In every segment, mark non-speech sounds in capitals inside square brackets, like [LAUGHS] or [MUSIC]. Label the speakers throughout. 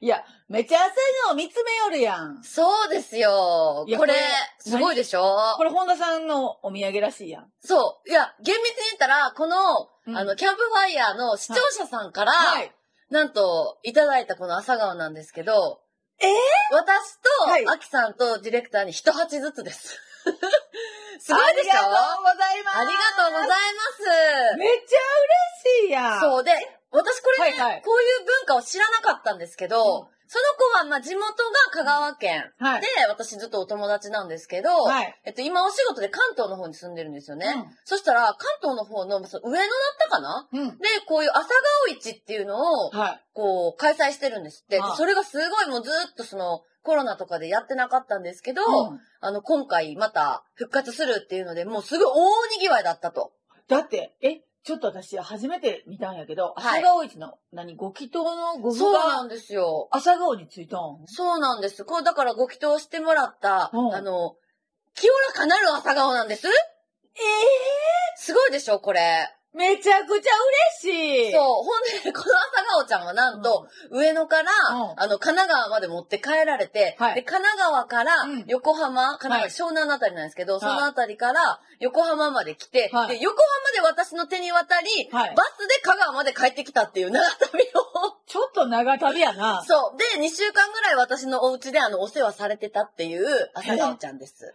Speaker 1: いや、めちゃ浅いのを見つめよるやん。
Speaker 2: そうですよ。
Speaker 1: いや
Speaker 2: これ
Speaker 1: これ、
Speaker 2: すごいでしょ
Speaker 1: これ本田さんのお土産らしいやん。
Speaker 2: そう。いや、厳密に言ったら、この、
Speaker 1: うん
Speaker 2: あの、キャンプファイヤーの視聴者さんから、
Speaker 1: はい。
Speaker 2: なんと、いただいたこの朝顔なんですけど、
Speaker 1: え
Speaker 2: ー、私と、
Speaker 1: はい
Speaker 2: アキさんとディレクターに一鉢
Speaker 1: [LAUGHS]
Speaker 2: ずつです。すごいでしょ
Speaker 1: ありがとうございます。
Speaker 2: ありがとうござい
Speaker 1: めっちゃ嬉しいや
Speaker 2: ま
Speaker 1: ん。
Speaker 2: す。そうで、私これね、
Speaker 1: はいはい
Speaker 2: こういう文化を知らなかったんですけど、
Speaker 1: うん
Speaker 2: その子は、まあ、地元が香川県。
Speaker 1: は
Speaker 2: で
Speaker 1: い。、
Speaker 2: 私ずっとお友達なんですけど、
Speaker 1: はい。
Speaker 2: えっと、今お仕事で関東の方に住んでるんですよね。
Speaker 1: うん
Speaker 2: そしたら、関東の方の、その上野だったかな
Speaker 1: うん。
Speaker 2: で、こういう朝顔市っていうのを、
Speaker 1: はい。
Speaker 2: こう、開催してるんですって。で
Speaker 1: はい
Speaker 2: それがすごいもうずっとその、コロナとかでやってなかったんですけど、
Speaker 1: うん
Speaker 2: あの、今回また復活するっていうので、もうすごい大にぎわいだったと。
Speaker 1: だって、え、ちょっと私初めて見たんやけど、
Speaker 2: はい
Speaker 1: 朝顔市の、何、ご祈祷のご
Speaker 2: そ
Speaker 1: 父
Speaker 2: うな
Speaker 1: が
Speaker 2: んですよ。
Speaker 1: 朝顔についたん
Speaker 2: そうなんです。こう、だからご祈祷してもらった、
Speaker 1: うん
Speaker 2: あの、清らかなる朝顔なんです。
Speaker 1: え
Speaker 2: すごいでしょ、これ。
Speaker 1: えめちゃくちゃ嬉しい。
Speaker 2: そう。ほんで、この朝顔ちゃんはなんと、上野から、
Speaker 1: うん
Speaker 2: あの、神奈川まで持って帰られて、
Speaker 1: はい
Speaker 2: で、神奈川から
Speaker 1: うん
Speaker 2: 横浜、神奈川、湘南のあたりなんですけど、そのあたりから横浜まで来て、
Speaker 1: はい
Speaker 2: で、横浜で私の手に渡り、
Speaker 1: はい
Speaker 2: バスで香川まで帰ってきたっていう長旅を、
Speaker 1: ちょっと長旅やな。
Speaker 2: そう。で、2週間ぐらい私のお家であの、お世話されてたっていう朝顔ちゃんです。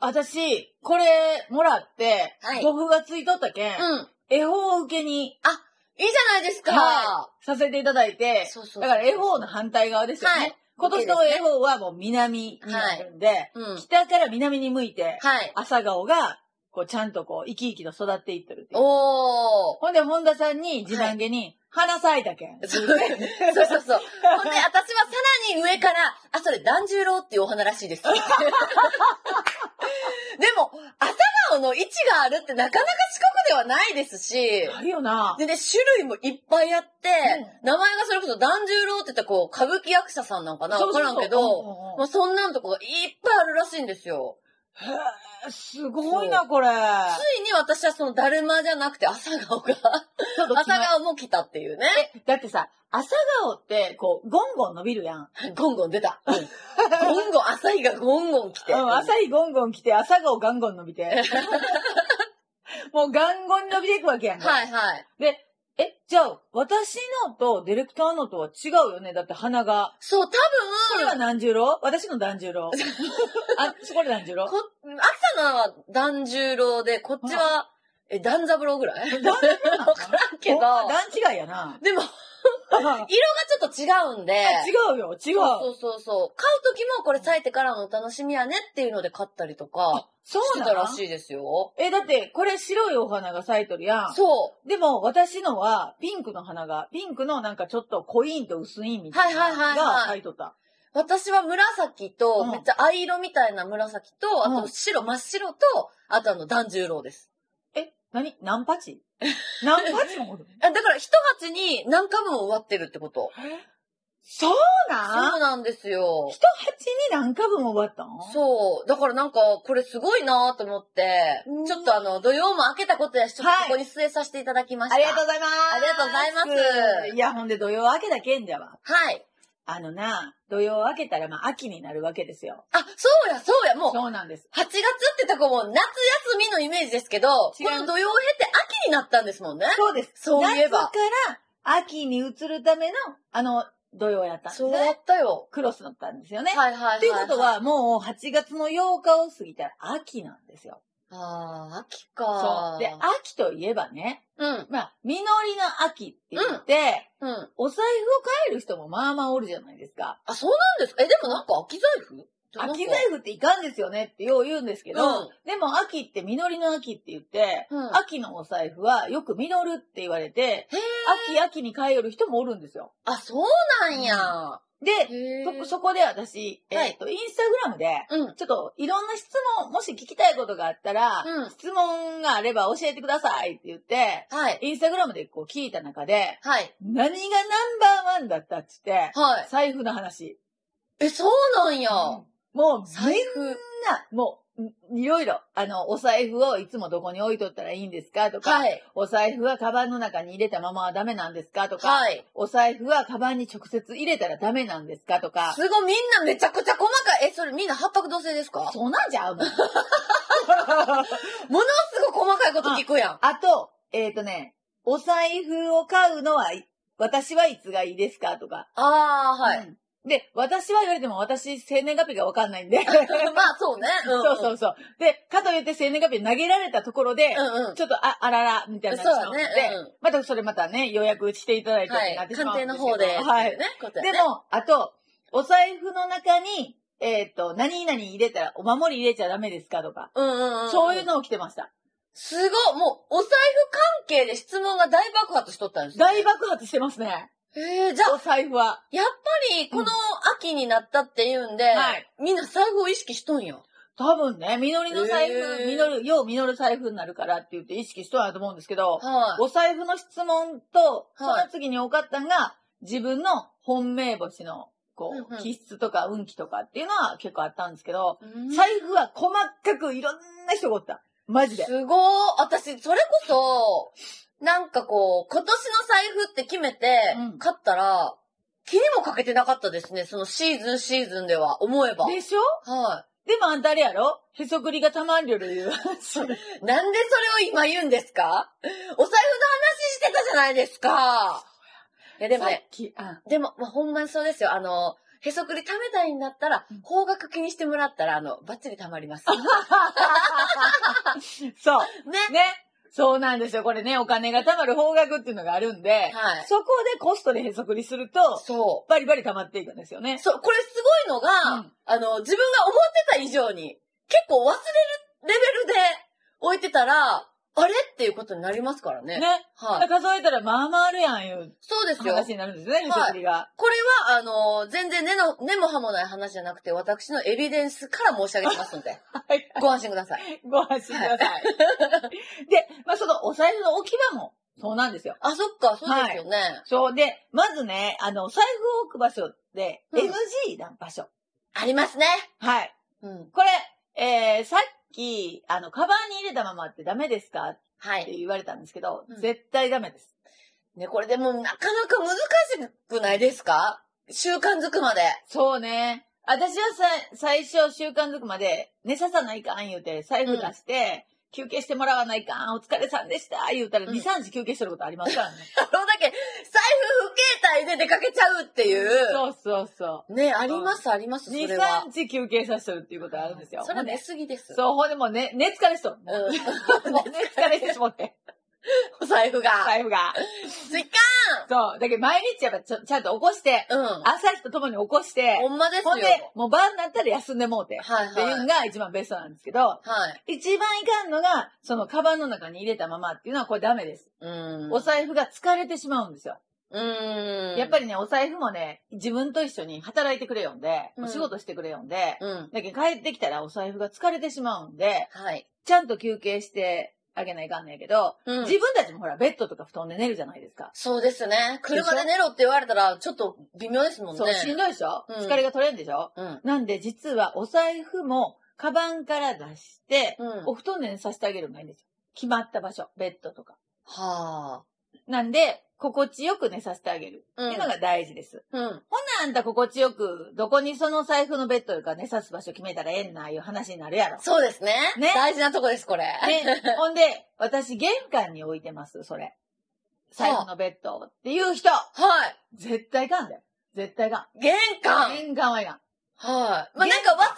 Speaker 1: 私、これ、もらって
Speaker 2: は、い
Speaker 1: 土符がついとったけん、
Speaker 2: うん。
Speaker 1: 絵本受けに、
Speaker 2: いいじゃないですか。
Speaker 1: はい、させていただいて、
Speaker 2: そうそうそう
Speaker 1: だから絵本の反対側ですよね。
Speaker 2: はい
Speaker 1: 今年の絵本はもう南になるんで、
Speaker 2: うん。
Speaker 1: 北から南に向いて、
Speaker 2: はい。
Speaker 1: 朝顔が、こう、ちゃんとこう、生き生きと育っていってるっていう。
Speaker 2: おー。
Speaker 1: ほんで、本田さんに、時短げに、花咲いたけん。
Speaker 2: [LAUGHS] そうそうそうそう。ほんで、私はさらに上から、あ、それ、團十郎っていうお花らし
Speaker 1: [LAUGHS]
Speaker 2: いです。でも、朝顔の位置があるってなかなか四国ではないですし、
Speaker 1: [LAUGHS] あるよな。
Speaker 2: でね、種類もいっぱいあって、名前がそれこそ團十郎って言ったらこう、歌舞伎役者さんなんかなわからんけ
Speaker 1: そうそう
Speaker 2: ど、
Speaker 1: そううんうん
Speaker 2: まあ、そんなんとこがいっぱいあるらしいんです
Speaker 1: う
Speaker 2: よ。
Speaker 1: んすごいな、これ。
Speaker 2: ついに私はその、だるまじゃなくて朝顔が、
Speaker 1: ちょっと気
Speaker 2: 朝
Speaker 1: ま
Speaker 2: 顔も来たっていうね。
Speaker 1: だってさ、朝顔って、こう、ゴンゴン伸びるやん。
Speaker 2: ゴンゴン出た。ゴンゴン、朝日がゴンゴン来て。
Speaker 1: うん、朝日ゴンゴン来て、朝顔ガンゴン伸
Speaker 2: [LAUGHS]
Speaker 1: びて。もうガンゴン伸びていくわけやんか。
Speaker 2: はいはい。
Speaker 1: え、じゃあ、私のとディレクターのとは違うよね。だって鼻が。
Speaker 2: そう、多
Speaker 1: これ
Speaker 2: 分、
Speaker 1: は何十郎私の團
Speaker 2: [LAUGHS]
Speaker 1: 十郎。あ、そこで何十郎
Speaker 2: こ、秋さんのは團十郎で、こっちは、え、段三郎ぐらい
Speaker 1: [LAUGHS]
Speaker 2: わからんけど、。
Speaker 1: ほんま段違いやな
Speaker 2: [LAUGHS] でも、
Speaker 1: あ
Speaker 2: 色がちょっと違うんで、
Speaker 1: 違うよ、違う。
Speaker 2: そうそうそうそう。買う時もこれ咲いてからのお楽しみやねっていうので買ったりとか、
Speaker 1: そう
Speaker 2: して
Speaker 1: な
Speaker 2: た
Speaker 1: の
Speaker 2: らしいですよ。
Speaker 1: え、だって、これ白いお花が咲いとるやん。
Speaker 2: そ
Speaker 1: でも、私のは、ピンクの花が、ピンクのなんかちょっと濃いんと薄いんみたいな
Speaker 2: はいはい
Speaker 1: の
Speaker 2: はいはい
Speaker 1: が咲いとった。
Speaker 2: う。私は紫と、
Speaker 1: うん
Speaker 2: めっちゃ藍色みたいな紫と、あ
Speaker 1: う
Speaker 2: と
Speaker 1: ん
Speaker 2: 白、真っ白と、あとあの、團十郎です。
Speaker 1: え、なに何鉢何鉢もお [LAUGHS] る
Speaker 2: あだから一鉢に何株も植わってるってこと。
Speaker 1: そうな
Speaker 2: そ
Speaker 1: ん
Speaker 2: うなんですよ。
Speaker 1: 一鉢に何株も終わったん
Speaker 2: そう。だからなんか、これすごいなと思って
Speaker 1: うん、
Speaker 2: ちょっとあの、土曜も明けたことやし、ちょっ
Speaker 1: はい
Speaker 2: とここに据えさせていただきました。
Speaker 1: ありがとう
Speaker 2: う。
Speaker 1: ございます。
Speaker 2: ありがとうございます
Speaker 1: いや、ほんで土曜明けだけんじゃわ。
Speaker 2: はい。
Speaker 1: あのな、土曜明けたらまあ秋になるわけですよ。
Speaker 2: あ、そうや、そうや、もう、
Speaker 1: そうなんです。
Speaker 2: 8月ってとこも夏休みのイメージですけど、こ
Speaker 1: 違う
Speaker 2: の土曜を経て秋になったんですもんね。
Speaker 1: そうです。
Speaker 2: そういえば
Speaker 1: 夏から秋に移るための、あの、土曜やったんです
Speaker 2: そうや
Speaker 1: ね。
Speaker 2: ったよ。
Speaker 1: クロスだったんですよね。
Speaker 2: はいはいはいはい。
Speaker 1: ということ、は、もう8月の8日を過ぎたら秋なんですよ。
Speaker 2: ああ、秋
Speaker 1: そ
Speaker 2: か。
Speaker 1: う。で、秋といえばね、
Speaker 2: うん、
Speaker 1: まあ、実りの秋って言って、
Speaker 2: うん。
Speaker 1: お財布を買える人もまあまあおるじゃないですか。
Speaker 2: あ、そうなんですかえ、でもなんか秋財布
Speaker 1: 秋財布っていかんですよねってよう言うんですけど、
Speaker 2: うん
Speaker 1: でも秋って実りの秋って言って、
Speaker 2: 布うん。
Speaker 1: 秋のお財布はよく実るって言われて、
Speaker 2: へー
Speaker 1: 秋秋に買える人もおるんですよ。
Speaker 2: あ、そうなんや。
Speaker 1: で、
Speaker 2: へ
Speaker 1: そ
Speaker 2: ー
Speaker 1: そこで私、え
Speaker 2: はい
Speaker 1: っと、インスタグラムで、
Speaker 2: うん。
Speaker 1: ちょっといろんな質問、もし聞きたいことがあったら、
Speaker 2: うん
Speaker 1: 質問があれば教えてくださいって言って、
Speaker 2: はい。
Speaker 1: インスタグラムでこう聞いた中で、
Speaker 2: はい。
Speaker 1: 何がナンバーワンだったって言って、
Speaker 2: はい。
Speaker 1: 財布の話。
Speaker 2: え、そうなんや。
Speaker 1: もうみん
Speaker 2: 財布。
Speaker 1: な、もんいろいろ、あの、お財布をいつもどこに置いとったらいいんですかとか、
Speaker 2: はい。
Speaker 1: お財布はカバンの中に入れたままはダメなんですかとか、
Speaker 2: はい。
Speaker 1: お財布はカバンに直接入れたらダメなんですかとか、
Speaker 2: すごい、みんなめちゃくちゃ細かい。え、それみんな八白同性ですか
Speaker 1: そんなんじゃうもん。 [LAUGHS]
Speaker 2: ものすごい細かいこと聞くやん。
Speaker 1: あと、えっ、とね、お財布を買うのは、い私はいつがいいですかとか。
Speaker 2: ああー、はい。
Speaker 1: うんで、私は言われても私、生年月日がわかんないんで。
Speaker 2: まあ、 [LAUGHS] そうね。うん
Speaker 1: [LAUGHS] そうそうそう。で、かといって生年月日投げられたところで、
Speaker 2: うんうん。
Speaker 1: ちょっと、あ、あらら、みたいになっち
Speaker 2: そう
Speaker 1: ゃ
Speaker 2: だ
Speaker 1: うので、
Speaker 2: ね。うんうん
Speaker 1: またそれまたね、予約していただいて
Speaker 2: は
Speaker 1: になっ
Speaker 2: い。
Speaker 1: てしま
Speaker 2: 鑑
Speaker 1: うんで
Speaker 2: 定
Speaker 1: すけど。
Speaker 2: の方で。 [LAUGHS]
Speaker 1: はい。
Speaker 2: ね。ことやね
Speaker 1: で、も、あと、お財布の中に、えっ、と、何々入れたら、お守り入れちゃダメですかとか、
Speaker 2: うんうんうん。
Speaker 1: そういう。のを着てました。
Speaker 2: すごい、もう、お財布関係で質問が大爆発しとったんですよ
Speaker 1: 大爆発してますね。
Speaker 2: えー、じゃ
Speaker 1: お
Speaker 2: あ、
Speaker 1: 財布は。
Speaker 2: やっぱり、この秋になったっていうんで、
Speaker 1: はい
Speaker 2: みんな財布を意識しとんよ。
Speaker 1: 多分ね、みのりの財布、
Speaker 2: へー
Speaker 1: みのる、ようみのる財布になるからって言って意識しとると思うんですけど、
Speaker 2: はい。
Speaker 1: お財布の質問と、そ
Speaker 2: はい
Speaker 1: の次に多かったんが、自分の本命星の、こ
Speaker 2: うんう
Speaker 1: う、
Speaker 2: ん
Speaker 1: 気質とか運気とかっていうのは結構あったんですけど、
Speaker 2: うん
Speaker 1: 財布は細かくいろんな人がおった。マジで。
Speaker 2: すごい。私、それこそ、なんかこう、今年の財布って決めて
Speaker 1: うん、
Speaker 2: 買ったら、気にもかけてなかったですね。そのシーズンシーズンでは、思えば。
Speaker 1: でしょ
Speaker 2: は
Speaker 1: でもあんたあれやろへそくりがたまんりょる
Speaker 2: [LAUGHS]
Speaker 1: 言う。 [LAUGHS]
Speaker 2: い。なんでそれを今言うんですかお財布の話してたじゃないですか。いや、でも
Speaker 1: さっ
Speaker 2: ね、
Speaker 1: き、あ、
Speaker 2: でも、まあ、ほんまにそうですよ。あの、へそくり貯めたいんだったら
Speaker 1: うん、
Speaker 2: 方角気にしてもらったら、あの、バッチリ貯まります。
Speaker 1: そう。
Speaker 2: ね。
Speaker 1: ね。そうなんですよ。これね、お金が貯まる方角っていうのがあるんで、
Speaker 2: はい。
Speaker 1: そこでコストでへそくりすると、
Speaker 2: そ
Speaker 1: バリバリ溜まっていくんですよ
Speaker 2: う。
Speaker 1: ね。
Speaker 2: そう、これすごいのが、
Speaker 1: うん
Speaker 2: あの、自分が思ってた以上に、結構忘れるレベルで置いてたら、あれっていうことになりますからね。
Speaker 1: ね。
Speaker 2: はい。
Speaker 1: 数えたらまあまああるやんいう
Speaker 2: そうですよ。
Speaker 1: 話になるんですね、へそ
Speaker 2: はい
Speaker 1: くりが。
Speaker 2: これは、あの、全然根の、根も葉もない話じゃなくて、私のエビデンスから申し上げてますので、
Speaker 1: [LAUGHS] はい。
Speaker 2: ご安心ください。
Speaker 1: ご安心ください。で、まあそのお財布の置き場もそうなんですよ。
Speaker 2: あ、そっか、そうですよね。
Speaker 1: そうで、まずね、あの、財布を置く場所で、
Speaker 2: うん
Speaker 1: NG な場所。
Speaker 2: ありますね。
Speaker 1: はい。
Speaker 2: うん。
Speaker 1: これ、えー、さっき、あの、カバンに入れたままってダメですかっ
Speaker 2: は
Speaker 1: て
Speaker 2: い。
Speaker 1: 言われたんですけど、
Speaker 2: うん
Speaker 1: 絶対ダメです。
Speaker 2: ね、これでもなかなか難しくないですか習慣づく
Speaker 1: [LAUGHS]
Speaker 2: まで。
Speaker 1: そうね。私はさ、最初、習慣づくまで、寝ささないかん言うて、財布出して、休憩してもらわないかん、お疲れさんでした、言うたら、
Speaker 2: うん
Speaker 1: 2、3時休憩してることありますからね。
Speaker 2: あのだけ、財布不携帯で出かけちゃうっていう。
Speaker 1: そうそうそ
Speaker 2: ね、あります、あります、
Speaker 1: う。
Speaker 2: それ
Speaker 1: 2、
Speaker 2: は。
Speaker 1: 3時休憩させてるっていうことあるんですよ。
Speaker 2: それ
Speaker 1: も
Speaker 2: は
Speaker 1: う
Speaker 2: 寝
Speaker 1: ね。
Speaker 2: すぎです。
Speaker 1: そう、ほんでもうね、 [LAUGHS] 寝疲れしとる。もう
Speaker 2: うん。
Speaker 1: もう寝疲れしてしも
Speaker 2: [LAUGHS]
Speaker 1: って、
Speaker 2: お財布が。
Speaker 1: 財布が。
Speaker 2: 実家
Speaker 1: そう。だけど、毎日やっぱちょちゃんと起こして、
Speaker 2: うん。
Speaker 1: 朝日と共に起こして、
Speaker 2: ほんまですよ。
Speaker 1: ほ
Speaker 2: は
Speaker 1: ん
Speaker 2: い
Speaker 1: で、もう晩になったら休んでもうて。っていう
Speaker 2: は
Speaker 1: の
Speaker 2: い。
Speaker 1: が一番ベストなんですけど、
Speaker 2: はい。
Speaker 1: 一番いかんのが、そのカバンの中に入れたままっていうのはこれダメです。
Speaker 2: うん。
Speaker 1: お財布が疲れてしまうんですよ。
Speaker 2: うん。
Speaker 1: やっぱ
Speaker 2: り。
Speaker 1: りね、お財布もね、自分と一緒に働いてくれよんで、
Speaker 2: うん
Speaker 1: お仕事してくれよんで、
Speaker 2: うん。
Speaker 1: だけど帰ってきたらお財布が疲れてしまうんで、
Speaker 2: はい。
Speaker 1: ちゃんと休憩してあげないかんねんけど、
Speaker 2: うん
Speaker 1: 自分たちもほら、ベッドとか布団で寝るじゃないですか。
Speaker 2: そうですね。車で寝ろって言われたら、ちょっと微妙ですもんね。
Speaker 1: そう、しんどいでしょ、
Speaker 2: うん
Speaker 1: 疲れが取れんでしょ
Speaker 2: うん。
Speaker 1: なんで実はお財布もカバンから出して、
Speaker 2: うん。
Speaker 1: お
Speaker 2: は
Speaker 1: 布団で寝させてあげるのがいいんですよ。決まった場所、ベッドとか。
Speaker 2: あ。
Speaker 1: なんで、心地よく寝させてあげる
Speaker 2: う
Speaker 1: っていうのが大事です。
Speaker 2: うん。
Speaker 1: ほんならあんた心地よく、どこにその財布のベッドよりか寝さす場所決めたらええんないう話になるやろ。
Speaker 2: そうですね。
Speaker 1: ね
Speaker 2: 大事なとこです、これ。
Speaker 1: ね、ほんで、私玄関に置いてます、それ。財布のベッドをっていう人、
Speaker 2: はい。
Speaker 1: 絶対いかんで。絶対いか
Speaker 2: 玄
Speaker 1: ん。
Speaker 2: 関
Speaker 1: 玄関はいかん。
Speaker 2: はい。まあ、
Speaker 1: 玄関
Speaker 2: なんか忘れ物しなさ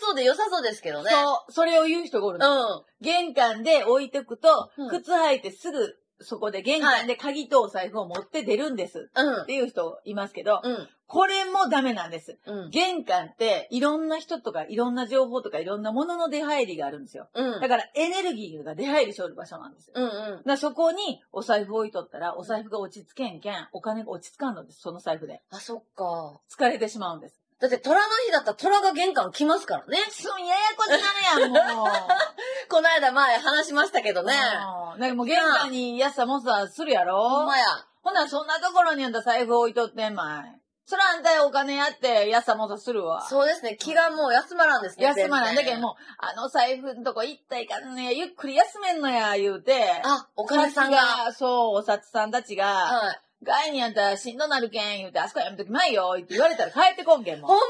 Speaker 2: そうで良さそうですけどね。
Speaker 1: そう、それを言う人がおるの。
Speaker 2: う。
Speaker 1: 玄関で置いておくと
Speaker 2: うん、
Speaker 1: 靴履いてすぐそこで玄関で鍵とお財布を持って出るんです。
Speaker 2: ん。う
Speaker 1: っ
Speaker 2: ん。
Speaker 1: ていう人いますけど、
Speaker 2: うん。
Speaker 1: これもダメなんです。
Speaker 2: うん。
Speaker 1: 玄関っていろんな人とかいろんな情報とかいろんなものの出入りがあるんですよ。
Speaker 2: うん。
Speaker 1: だからエネルギーが出入りしおる場所なんですよ。
Speaker 2: うん。うん。
Speaker 1: だからそこにお財布置いとったらお財布が落ち着けんけん、お金が落ち着かんのです、その財布で。
Speaker 2: あ、そっか。
Speaker 1: 疲れてしまうんです。
Speaker 2: だって虎の日だったら虎が玄関来ますからね。
Speaker 1: すん、ややこになるやん、もう。 [LAUGHS]
Speaker 2: この間前話しましたけどね。
Speaker 1: うんなんかもう玄関に安さもさするや
Speaker 2: ほん
Speaker 1: ろ
Speaker 2: まや。
Speaker 1: ほな、そんなところにあんた財布置いとってんまい。そらあんたお金やって安さもさするわ。
Speaker 2: そうですね。気がもう休まらんですね。
Speaker 1: 休まない。だ
Speaker 2: 全然
Speaker 1: けどもう、あの財布のとこ行ったらいかんねゆっくり休めんのや、言うて。
Speaker 2: あ、お金さんが。
Speaker 1: さっきそう、お札さんたちが、
Speaker 2: はい。
Speaker 1: 外にあんたしんどなるけん、言うて、あそこやめときまいよ、って言われたら帰ってこんけんも
Speaker 2: ほん
Speaker 1: う。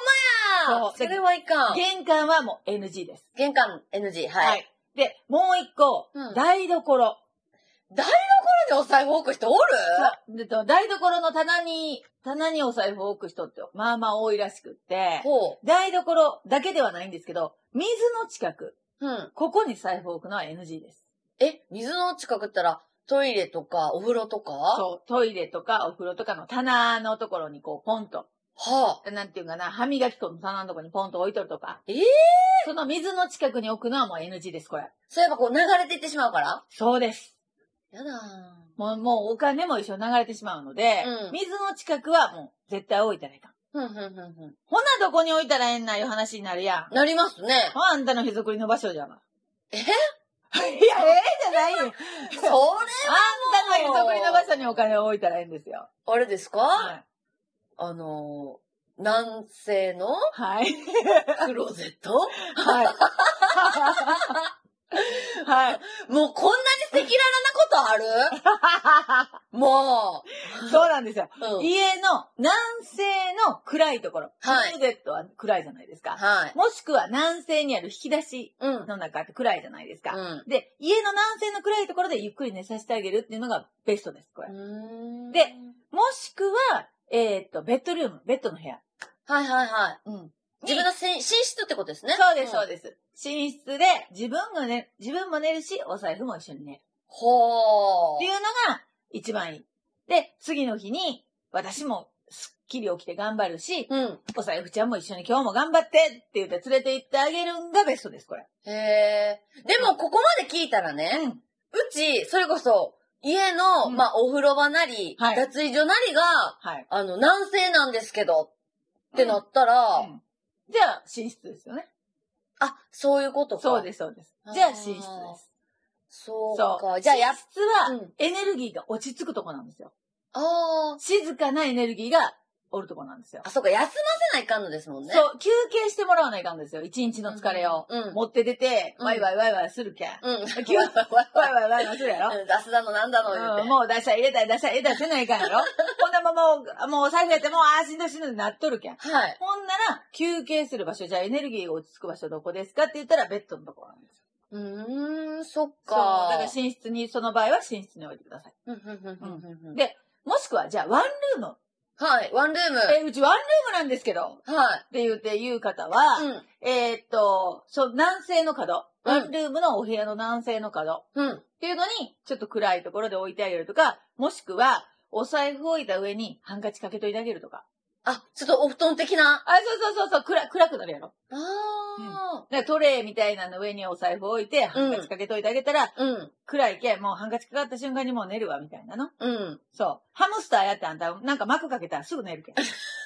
Speaker 2: まや
Speaker 1: そう
Speaker 2: それはいかん。
Speaker 1: 玄関はもう NG です。
Speaker 2: 玄関 NG。はい。
Speaker 1: で、もう一個、
Speaker 2: うん
Speaker 1: 台所。
Speaker 2: なんでお財布置く人おる
Speaker 1: でと台所の棚に、棚にお財布を置く人って、まあまあ多いらしくって、
Speaker 2: ほ
Speaker 1: 台所だけではないんですけど、水の近く、
Speaker 2: う。うん。
Speaker 1: ここに財布を置くのは NG です。
Speaker 2: え、水の近くったら、トイレとか、お風呂とかは
Speaker 1: そう、トイレとかお風呂とかの棚のところにこう、ポンと、
Speaker 2: あ。
Speaker 1: なんていうかな、歯磨き粉の棚のところにポンと置いとるとか、
Speaker 2: えー
Speaker 1: その水の近くに置くのはもう NG です、これ。
Speaker 2: そういえばこう流れていってしまうから
Speaker 1: そうです。
Speaker 2: やだー
Speaker 1: もう、もうお金も一緒に流れてしまうので、
Speaker 2: うん
Speaker 1: 水の近くはもう絶対置いたらいかん。
Speaker 2: ふんふんふんふん。
Speaker 1: ほな、どこに置いたらええんないう話になるやん。
Speaker 2: なりますね。
Speaker 1: あんたのへそくりの場所じゃない。
Speaker 2: え
Speaker 1: いや、ええじゃないよ。あん
Speaker 2: それ、
Speaker 1: たのへそくりの場所にお金を置いたらええんですよ。
Speaker 2: あれですか、
Speaker 1: はい。
Speaker 2: あのー、南西の
Speaker 1: はい。
Speaker 2: クローゼット
Speaker 1: はい。はい。
Speaker 2: もうこんなに赤裸々な
Speaker 1: [LAUGHS]
Speaker 2: ことあるも
Speaker 1: そうなんですよ。
Speaker 2: う、うん
Speaker 1: 家の南西の暗いところ。
Speaker 2: はい
Speaker 1: クローゼットは暗いじゃないですか。
Speaker 2: はい。
Speaker 1: もしくは南西にある引き出し
Speaker 2: うん。うん。
Speaker 1: の中って暗いじゃないですか。で、家の南西の暗いところでゆっくり寝させてあげるっていうのがベストです、これ。
Speaker 2: うーん
Speaker 1: で、もしくは、えーっと、ベッドルーム、ベッドの部屋。
Speaker 2: はいはいはい。
Speaker 1: うん。
Speaker 2: 自分のせん寝室ってことですね。
Speaker 1: そうです、そう
Speaker 2: す。
Speaker 1: です。寝室で自分がね、自分も寝るし、お財布も一緒に寝る。
Speaker 2: ほ
Speaker 1: っていう
Speaker 2: ー。
Speaker 1: のが一番いい。で、次の日に、私もすっきり起きて頑張るし、
Speaker 2: うん。
Speaker 1: お財布ちゃんも一緒に今日も頑張ってって言って連れて行ってあげるんがベストです、これ。
Speaker 2: へー。でも、ここまで聞いたらね、
Speaker 1: うん。
Speaker 2: うち、それこそ、家の、
Speaker 1: うん
Speaker 2: まあ、お風呂場なり、
Speaker 1: はい
Speaker 2: 脱衣所なりが、
Speaker 1: はい。
Speaker 2: あの、南西なんですけど、ってなったら、
Speaker 1: うんじゃあ、寝室ですよね。
Speaker 2: あ、そういうことか。。
Speaker 1: そうですす、そうです
Speaker 2: あ。ー
Speaker 1: じゃあ、寝室です。
Speaker 2: そう
Speaker 1: そ
Speaker 2: か。
Speaker 1: う。
Speaker 2: じゃあ、やっ
Speaker 1: 寝室は、
Speaker 2: うん
Speaker 1: エネルギーが落ち着くとこなんですよ。
Speaker 2: あ
Speaker 1: 静かなエネルギーがおるとこなんですよ
Speaker 2: あ。。あ、そうか、休ませないかんのですもんね。
Speaker 1: そう、休憩してもらわないかんですよ。一日の疲れを。
Speaker 2: うん。 [LAUGHS] うん。
Speaker 1: 持って出て、
Speaker 2: うん
Speaker 1: ワイワイワイワイするけん。
Speaker 2: うん。
Speaker 1: 急にワイワイワイワイするやろ。
Speaker 2: うん出すだの、なんだの、言う
Speaker 1: う
Speaker 2: て。
Speaker 1: ん、もう出したら入れたり出したら入れたりせないかんやろ。ほんならもう、もうお財布やってもう、ああ、しんどいしんどいってなっとるけん。
Speaker 2: はい。
Speaker 1: ほんなら、休憩する場所、じゃあエネルギーが落ち着く場所どこですかって言ったらベッドのところなんですよ。
Speaker 2: うーん、そっ
Speaker 1: そう。
Speaker 2: か。
Speaker 1: だから寝室に、その場合は寝室に置いてください。
Speaker 2: うんうんうんうんうんうん
Speaker 1: でもしくは、じゃあワンルーム。
Speaker 2: はい、ワンルーム。
Speaker 1: え、うちワンルームなんですけど。
Speaker 2: はい。
Speaker 1: って言うて言う方は、
Speaker 2: うん。
Speaker 1: えーっと、そう、南西の角。
Speaker 2: う
Speaker 1: ワ
Speaker 2: ん
Speaker 1: ンルームのお部屋の南西の角。
Speaker 2: うん。
Speaker 1: っていうのに、ちょっと暗いところで置いてあげるとか、もしくは、お財布を置いた上にハンカチかけといてあげるとか。
Speaker 2: あ、ちょっとお布団的な。
Speaker 1: あ、そうそうそうそう、暗、暗くなるやろ。
Speaker 2: あ
Speaker 1: だからトレイみたいなの上にお財布を置いて、ハンカチかけといてあげたら、
Speaker 2: ー。うん。
Speaker 1: 暗いけん、もうハンカチかかった瞬間にもう寝るわ、みたいなの。
Speaker 2: うん。
Speaker 1: そう。ハムスターやってあんた、なんか膜かけたらすぐ寝る
Speaker 2: [LAUGHS]
Speaker 1: けん。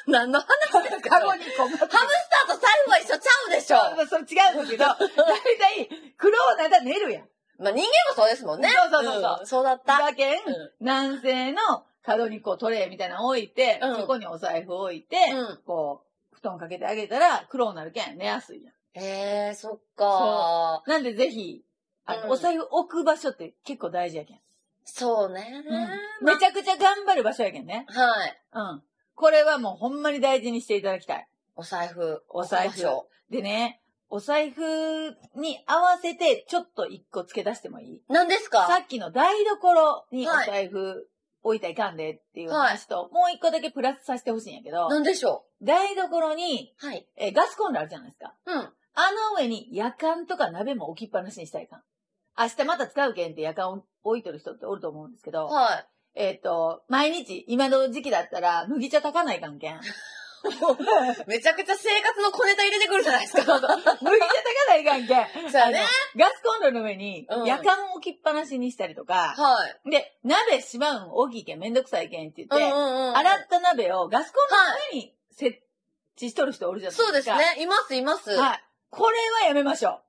Speaker 2: 何の話ですか
Speaker 1: カ
Speaker 2: ハ
Speaker 1: ゴ
Speaker 2: ム
Speaker 1: にこう膜かけて。
Speaker 2: スターと財布は一緒ちゃうでしょ。
Speaker 1: そうそう、違うんだ
Speaker 2: [LAUGHS]
Speaker 1: けど、だいたい、黒をなったら寝るやん。
Speaker 2: まあ人間もそうですもんね。
Speaker 1: そうそうそうそうん
Speaker 2: そうだった。
Speaker 1: だけん、
Speaker 2: うん
Speaker 1: 南西の角にこうトレイみたいなの置いて、
Speaker 2: うん
Speaker 1: そこにお財布置いて、
Speaker 2: うん
Speaker 1: こう、布団かけてあげたら、苦労になるけん、寝やすいやん。
Speaker 2: へえ、そっか。
Speaker 1: なんでぜひ、あの、
Speaker 2: うん
Speaker 1: お財布置く場所って結構大事やけん。
Speaker 2: そうね。
Speaker 1: めちゃくちゃ頑張る場所やけんね。
Speaker 2: はい。
Speaker 1: うん。これはもうほんまに大事にしていただきたい。
Speaker 2: お財布。
Speaker 1: お財
Speaker 2: 置
Speaker 1: 布
Speaker 2: く場所
Speaker 1: でね、お財布に合わせてちょっと一個付け出してもいい
Speaker 2: 何ですか
Speaker 1: さっきの台所にお
Speaker 2: はい
Speaker 1: 財布置いたらいかんでっていう話と、もう一個だけプラスさせてほしいんやけど、
Speaker 2: 何でしょ
Speaker 1: 台所に、
Speaker 2: うはい。
Speaker 1: えーガスコンロあるじゃないですか。
Speaker 2: うん。
Speaker 1: あの上に夜間とか鍋も置きっぱなしにしたらいかん。明日また使うけんって夜間を置いとる人っておると思うんですけど、
Speaker 2: は
Speaker 1: えっ、と、毎日、今の時期だったら麦茶炊かないかんけ
Speaker 2: [LAUGHS]
Speaker 1: ん。
Speaker 2: い。 [LAUGHS] めちゃくちゃ生活の小ネタ入れてくるじゃないですか。 [LAUGHS] そう
Speaker 1: 麦茶炊かないかんけん。
Speaker 2: やね
Speaker 1: あ。のガスコンロの上に
Speaker 2: うん
Speaker 1: 夜間置きっぱなしにしたりとか、
Speaker 2: はい。
Speaker 1: で、鍋しまうん大きいけんめんどくさいけんって言って、
Speaker 2: んう
Speaker 1: 洗った鍋をガスコンロの上に設置しとる人おるじゃないですか。
Speaker 2: そうですね。います、います。
Speaker 1: はい。これはやめましょ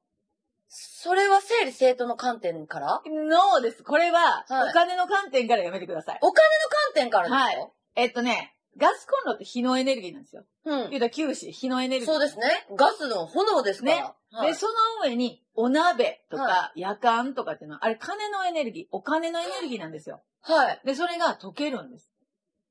Speaker 2: それは整理整頓の観点から
Speaker 1: う。ノーです。これは
Speaker 2: はい、
Speaker 1: お金の観点からやめてください。
Speaker 2: お金の観点からです
Speaker 1: はいえっとね、ガスコンロって火のエネルギーなんですよ。
Speaker 2: うん
Speaker 1: 言うたら九死、火のエネルギー。
Speaker 2: そうですね。ガスの炎ですから。
Speaker 1: ね
Speaker 2: はい
Speaker 1: で、その上に、お鍋とか、夜間とかっていうのは、あれ、金のエネルギー、お金のエネルギーなんですよ。
Speaker 2: はい。
Speaker 1: で、それが溶けるんです。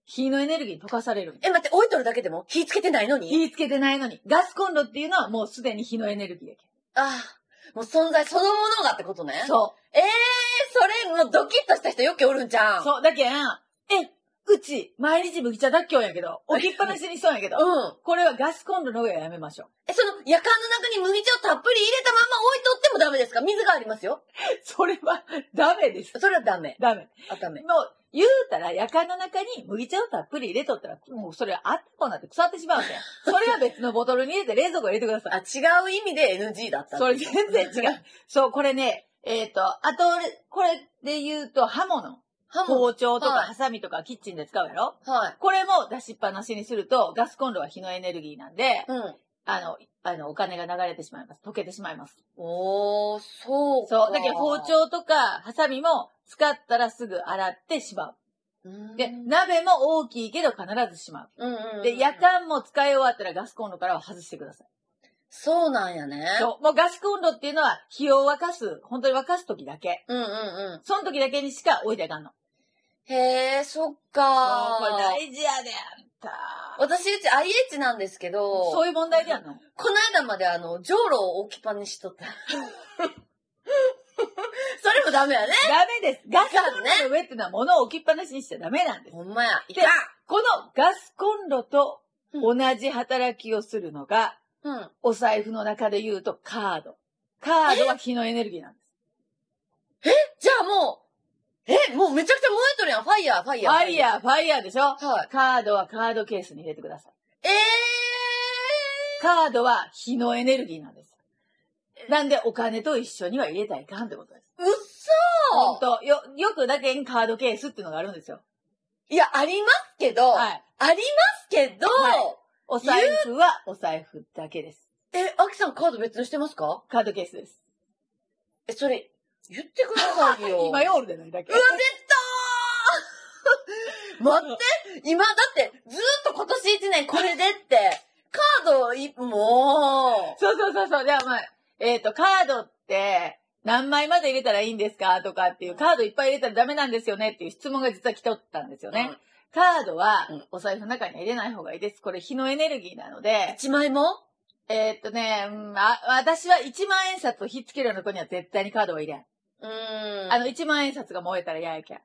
Speaker 1: 火のエネルギー溶かされるんです。
Speaker 2: え、待って、置いとるだけでも火つけてないのに
Speaker 1: 火つけてないのに。ガスコンロっていうのはもうすでに火のエネルギーやけ
Speaker 2: ああ、もう存在そのものがってことね。
Speaker 1: ん。そ
Speaker 2: ええー、それ、もうドキッとした人よくおるんじゃ
Speaker 1: う。
Speaker 2: ん。
Speaker 1: そう。だけん、え、うち、毎日麦茶脱臼やけ [LAUGHS] ど、置きっぱなしにし [LAUGHS] そうやけど、
Speaker 2: うん。
Speaker 1: これはガスコンロの上はやめましょう。
Speaker 2: え、その、夜間の中に麦茶をたっぷり入れたまま置いとってもダメですか水がありますよ。
Speaker 1: それは、ダメです。
Speaker 2: それはダメ。
Speaker 1: ダメ。
Speaker 2: あ、ダメ。
Speaker 1: もう、言うたら、夜間の中に麦茶をたっぷり入れとったら、もうそれはあったこなって腐ってしまうんで。それは別のボトルに入れて冷蔵庫に入れてくださ
Speaker 2: あ、
Speaker 1: い。
Speaker 2: 違う意味で NG だった。
Speaker 1: それ全然違う。そう、これね、えっ、と、あと、これで言うと刃物。
Speaker 2: [LAUGHS] ハモ
Speaker 1: 包丁とか
Speaker 2: はい
Speaker 1: ハサミとかキッチンで使うやろ
Speaker 2: はい。
Speaker 1: これも出しっぱなしにすると、ガスコンロは火のエネルギーなんで、
Speaker 2: うん。
Speaker 1: あの、あの、お金が流れてしまいます。溶けてしまいます。
Speaker 2: おー、そうか。
Speaker 1: そう。だけど包丁とかハサミも使ったらすぐ洗ってしまう。
Speaker 2: うん。
Speaker 1: で、鍋も大きいけど必ずしまう。
Speaker 2: うんうんうん。
Speaker 1: で、夜間も使い終わったらガスコンロからは外してください。
Speaker 2: そうなんやね。
Speaker 1: そう。もうガスコンロっていうのは火を沸かす、本当に沸かす時だけ。
Speaker 2: うんうんう
Speaker 1: その時だけにしか置いてあかんの。
Speaker 2: ん。へえ、そっか
Speaker 1: そうこれ大事やで、あんた。
Speaker 2: 私、うち IH なんですけど、
Speaker 1: そういう問題じゃんの。
Speaker 2: この間まであの、じょうろを置きっぱにしと
Speaker 1: [LAUGHS]
Speaker 2: った。それもダメやね。
Speaker 1: ダメです。ガスコンロの上っていうのは物を置きっぱなしにしちゃダメなんです。
Speaker 2: ほんまや。い
Speaker 1: で
Speaker 2: かん
Speaker 1: このガスコンロと同じ働きをするのが、
Speaker 2: うん。
Speaker 1: お財布の中で言うとカード。カードは火のエネルギーなんです。
Speaker 2: じゃあもう、え、もうめちゃくちゃ燃えとるやん。ファイヤー、ファイ
Speaker 1: フ
Speaker 2: ヤー。
Speaker 1: ァイヤー、ファイヤーでしょ
Speaker 2: ー。はい。
Speaker 1: カードはカードケースに入れてください。
Speaker 2: え
Speaker 1: カードは火のエネルギーなんです。なんでお金と一緒には入れたらいかんってことです。
Speaker 2: ー、うっ
Speaker 1: 本
Speaker 2: そ
Speaker 1: 当よ、よくだけにカードケースっていうのがあるんですよ。
Speaker 2: ーいや、ありますけど、
Speaker 1: はい。
Speaker 2: ありますけど、
Speaker 1: はお財布はお財布だけです。
Speaker 2: え、アキさんカード別にしてますか
Speaker 1: カードケースです。
Speaker 2: え、それ、言ってください
Speaker 1: [LAUGHS]
Speaker 2: よ。
Speaker 1: 今ヨールでないだけ。
Speaker 2: うわ、出たー待って今、だって、ずーっと今年一年これでって、カードい、も
Speaker 1: そうそうそうそう。ではまあ、えっ、と、カードって、何枚まで入れたらいいんですかとかっていう、カードいっぱい入れたらダメなんですよねっていう質問が実は来とったんですよ
Speaker 2: う。
Speaker 1: ね。。カードは
Speaker 2: うん
Speaker 1: お財布の中には入れない方がいいです。これ火のエネルギーなので、
Speaker 2: 一枚も
Speaker 1: えーっとね、うんあ、私は1万円札をひっつけるような子には絶対にカードを入れん。
Speaker 2: うーん。
Speaker 1: あの、1万円札が燃えたら嫌やけん。